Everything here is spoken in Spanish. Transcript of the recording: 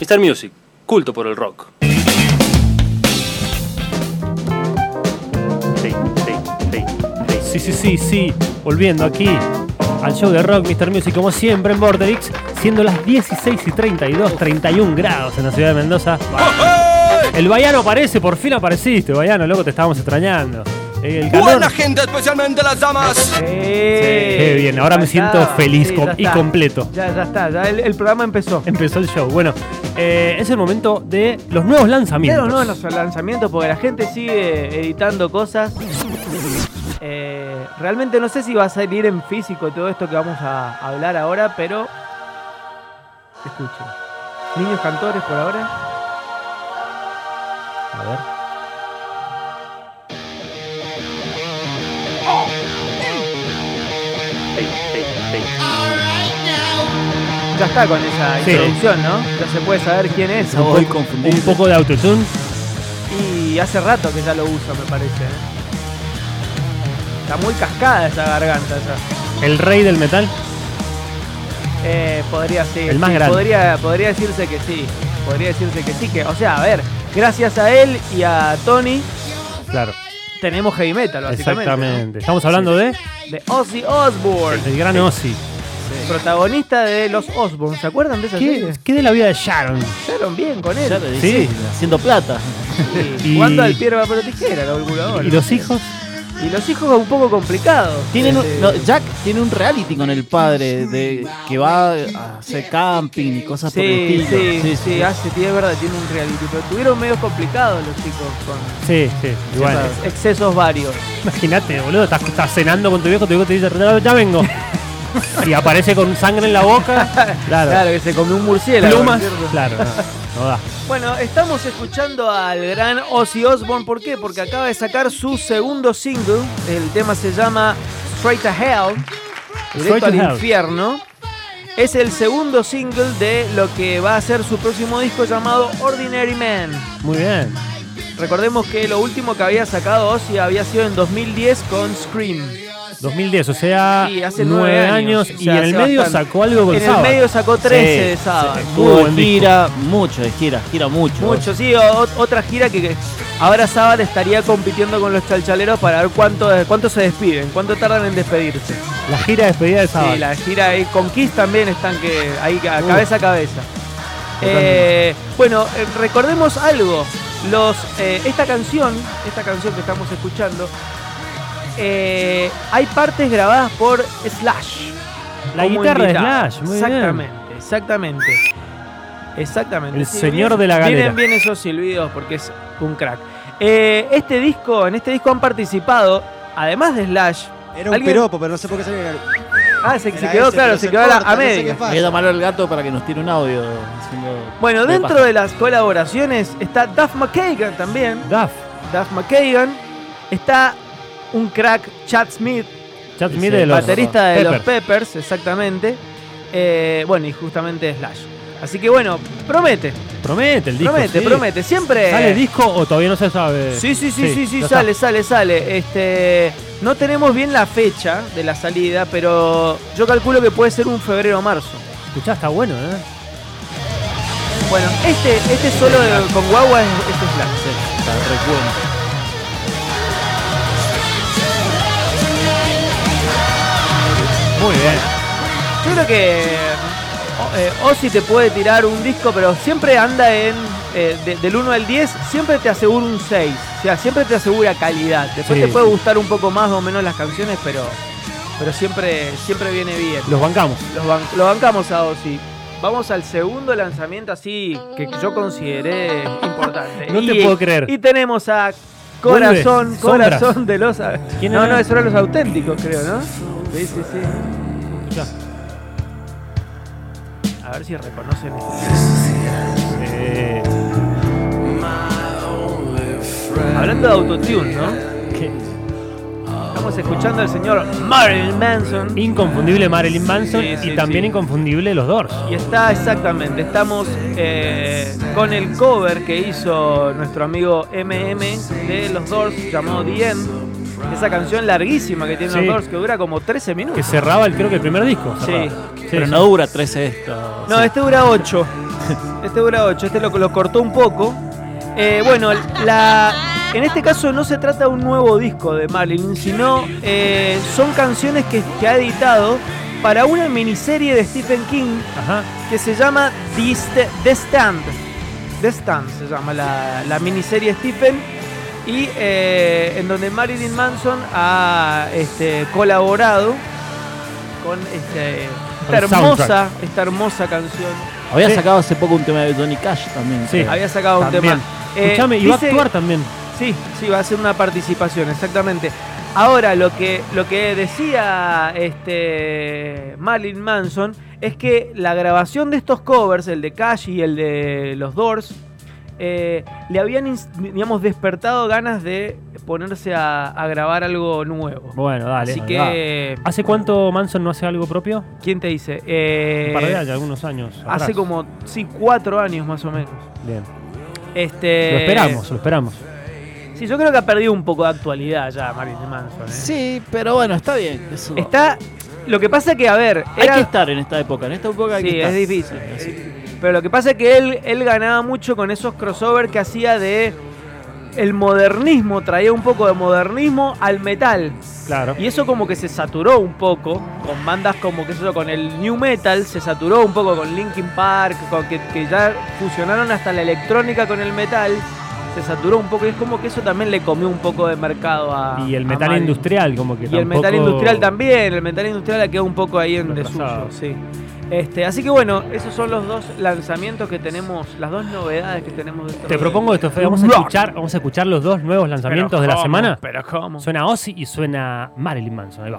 Mixer Music, culto por el rock. Sí, sí, sí, sí. Volviendo aquí al show de rock, Mr. Music, como siempre en Borderix, siendo las 16 y 32, 31 grados en la ciudad de Mendoza. El Bayano aparece, por fin apareciste, Bayano, loco, te estábamos extrañando. Eh, El calor. Buena gente, especialmente las damas. Qué bien, ahora me siento feliz com- y completo. Ya, ya está, ya el, el programa empezó. Empezó el show. Bueno, eh, es el momento de los nuevos lanzamientos. Pero no los lanzamientos porque la gente sigue editando cosas. Eh, realmente no sé si va a salir en físico todo esto que vamos a hablar ahora, pero escuchen. Niños cantores por ahora. A ver. Ya está con esa Sí. introducción, ¿no? Ya se puede saber quién es. Un poco- Un poco de autotune. Y hace rato que ya lo usa, me parece. ¿eh? Está muy cascada esa garganta ya. El rey del metal. Eh, podría sí. El más sí, grande. Podría, podría decirse que sí. Podría decirse que sí. Que, o sea, a ver, gracias a él y a Tony Claro. tenemos heavy metal, básicamente. Exactamente. Estamos hablando de ¿no? De Ozzy Osbourne, el gran Ozzy. protagonista de los Osbourne. ¿Se acuerdan de esa ¿Qué, serie? qué de la vida de Sharon? Quedaron bien con él. Ya lo decís, haciendo plata. Y Y- jugando al piedra, papel o tijera, calculador. ¿Y los hijos? Y los hijos es un poco complicado. Tienen un- Este, no, Jack tiene un reality con el padre de que va a hacer camping y Ah, cosas por el Sí, estilo. sí, sí, hace, tiene es verdad, tiene un reality, pero tuvieron medios complicados los chicos con Sí, sí. Igual. excesos varios. Imagínate, boludo. Estás, estás cenando con tu viejo, tu viejo te dice, "Ya- ya vengo. Y aparece con sangre en la boca. Claro. Claro, que se comió un murciélago. Plumas. por cierto. Claro, no, no da. Bueno, estamos escuchando al gran Ozzy Osbourne. ¿Por qué? Porque acaba de sacar su segundo single. El tema se llama Straight to Hell. Straight Directo to al Hell. infierno. Es el segundo single de lo que va a ser su próximo disco llamado Ordinary Man. Muy bien. Recordemos que lo último que había sacado Ozzy había sido en 2010 con Scream. 2010, o sea, Sí, hace Ah, nueve años. o y sea, en el hace medio bastante. sacó algo con En el Sabbath. medio sacó 13 de Sí, Sabbath. Muy Estuvo buen en disco. gira, mucho de gira, gira mucho. Mucho, sí, o- otra gira que, que ahora Sabbath estaría compitiendo con los chalchaleros para ver cuánto, cuánto se despiden, cuánto tardan en despedirse. La gira de despedida de Sabbath. Sí, la gira ahí con Kiss también están que ahí a Uh. cabeza a cabeza. Totalmente. Eh, bueno, eh, recordemos algo. Los, eh, esta canción, esta canción que estamos escuchando, eh, hay partes grabadas por Slash. La como guitarra de invitado. Slash, muy bien. exactamente, exactamente. Exactamente. El señor de la galera. Miren bien esos silbidos porque es un crack. Eh, este disco, en este disco han participado, además de Slash. Era un ¿Alguien? piropo, pero no sé por qué salió. en el- Ah, se, en se la quedó S, claro, pero se quedó a, la- este corta, a no sé medio. qué pasa. Voy a llamarlo al gato para que nos tire un audio. haciendo- Bueno, de dentro paja. de las colaboraciones está Duff McKagan también. Duff. Duff McKagan. Está un crack, Chad Smith, Chad Sí, Smith sí, de los baterista de los Peppers. Peppers, exactamente. Eh, bueno, y justamente Slash. Así que bueno, promete, Promete el disco. promete, sí. promete. Siempre. ¿Sale el disco o todavía no se sabe? Sí, sí, sí, sí, sí, ya está. sale, sale, sale. Este, no tenemos bien la fecha de la salida, pero yo calculo que puede ser un febrero o marzo. Escuchá, está bueno, ¿eh? Bueno, este, este solo de- con guagua es, este es Slash. Sí, está re bueno. Muy bien. Yo creo que o- eh, Ozzy te puede tirar un disco, pero siempre anda en. eh, de- del 1 al 10, siempre te asegura un 6. O sea, siempre te asegura calidad. Después Sí, te puede sí. gustar un poco más o menos las canciones, pero, pero siempre, siempre viene bien. Los bancamos. Los ban- lo bancamos a Ozzy. Vamos al segundo lanzamiento así que yo consideré importante. No te Y- puedo creer. Y tenemos a Corazón, Vuelve, Corazón de los... ¿Quién no, era? no, eso eran los auténticos, creo, ¿no? Sí, sí, sí. Escuchá. A ver si reconocen esto. Eh, Hablando de autotune, ¿no? qué Estamos escuchando al señor Marilyn Manson. inconfundible Marilyn Manson Sí, sí, y también sí. inconfundible los Doors. Y está exactamente, estamos eh, con el cover que hizo nuestro amigo MM de los Doors llamado The End. Esa canción larguísima que tiene Sí. los Doors que dura como 13 Que minutos. cerraba, el, creo que el primer disco. cerraba. Sí. Sí, Pero sí. no dura 13 esto. No, este dura 8. Este dura 8. Este lo, lo cortó un poco. Eh, bueno, la, en este caso no se trata de un nuevo disco de Marlin, sino eh, son canciones que, que ha editado para una miniserie de Stephen King Ajá. que se llama The, St- The Stand. The Stand se llama la, la miniserie Stephen. Y eh, en donde Marilyn Manson ha este, colaborado con este, Con esta el hermosa, soundtrack. esta hermosa canción. Había Sí. sacado hace poco un tema de Johnny Cash también. Sí. creo. Había sacado un También. tema. Eh, Escuchame, y va a dice- actuar también. Sí, sí, va a ser una participación, exactamente. Ahora, lo que, lo que decía este Marilyn Manson es que la grabación de estos covers, el de Cash y el de los Doors, eh, le habían ins- digamos, despertado ganas de ponerse a, a grabar algo nuevo. Bueno, dale. Así dale, va. que, ¿Hace cuánto Manson no hace algo propio? ¿quién te dice? Eh, Un par de años, algunos años. atrás. hace como, sí, cuatro años más o menos. Bien. Este, Lo esperamos, lo esperamos. Sí, yo creo que ha perdido un poco de actualidad ya Marilyn Manson. ¿eh? Sí, pero bueno, está bien. eso- Está. Lo que pasa que, a ver, Hay era- que estar en esta época. En esta época hay Sí, que estar. es difícil. es difícil. Pero lo que pasa es que él, él ganaba mucho con esos crossover que hacía de el modernismo, traía un poco de modernismo al metal. Claro. Y eso como que se saturó un poco con bandas como que eso con el new metal, se saturó un poco con Linkin Park, con que, que ya fusionaron hasta la electrónica con el metal, se saturó un poco y es como que eso también le comió un poco de mercado a Y el Ah, a metal Marilyn. industrial, como que Y el metal tampoco- industrial también, el metal industrial ha quedado un poco ahí en desuso, Retrasado. sí. Este, así que bueno, esos son los dos lanzamientos que tenemos, las dos novedades que tenemos. de esta Te noche. propongo esto, Fede. Vamos a Rock. escuchar, vamos a escuchar los dos nuevos lanzamientos Pero de la cómo, semana. Pero cómo. Suena Ozzy y suena Marilyn Manson. Ahí va.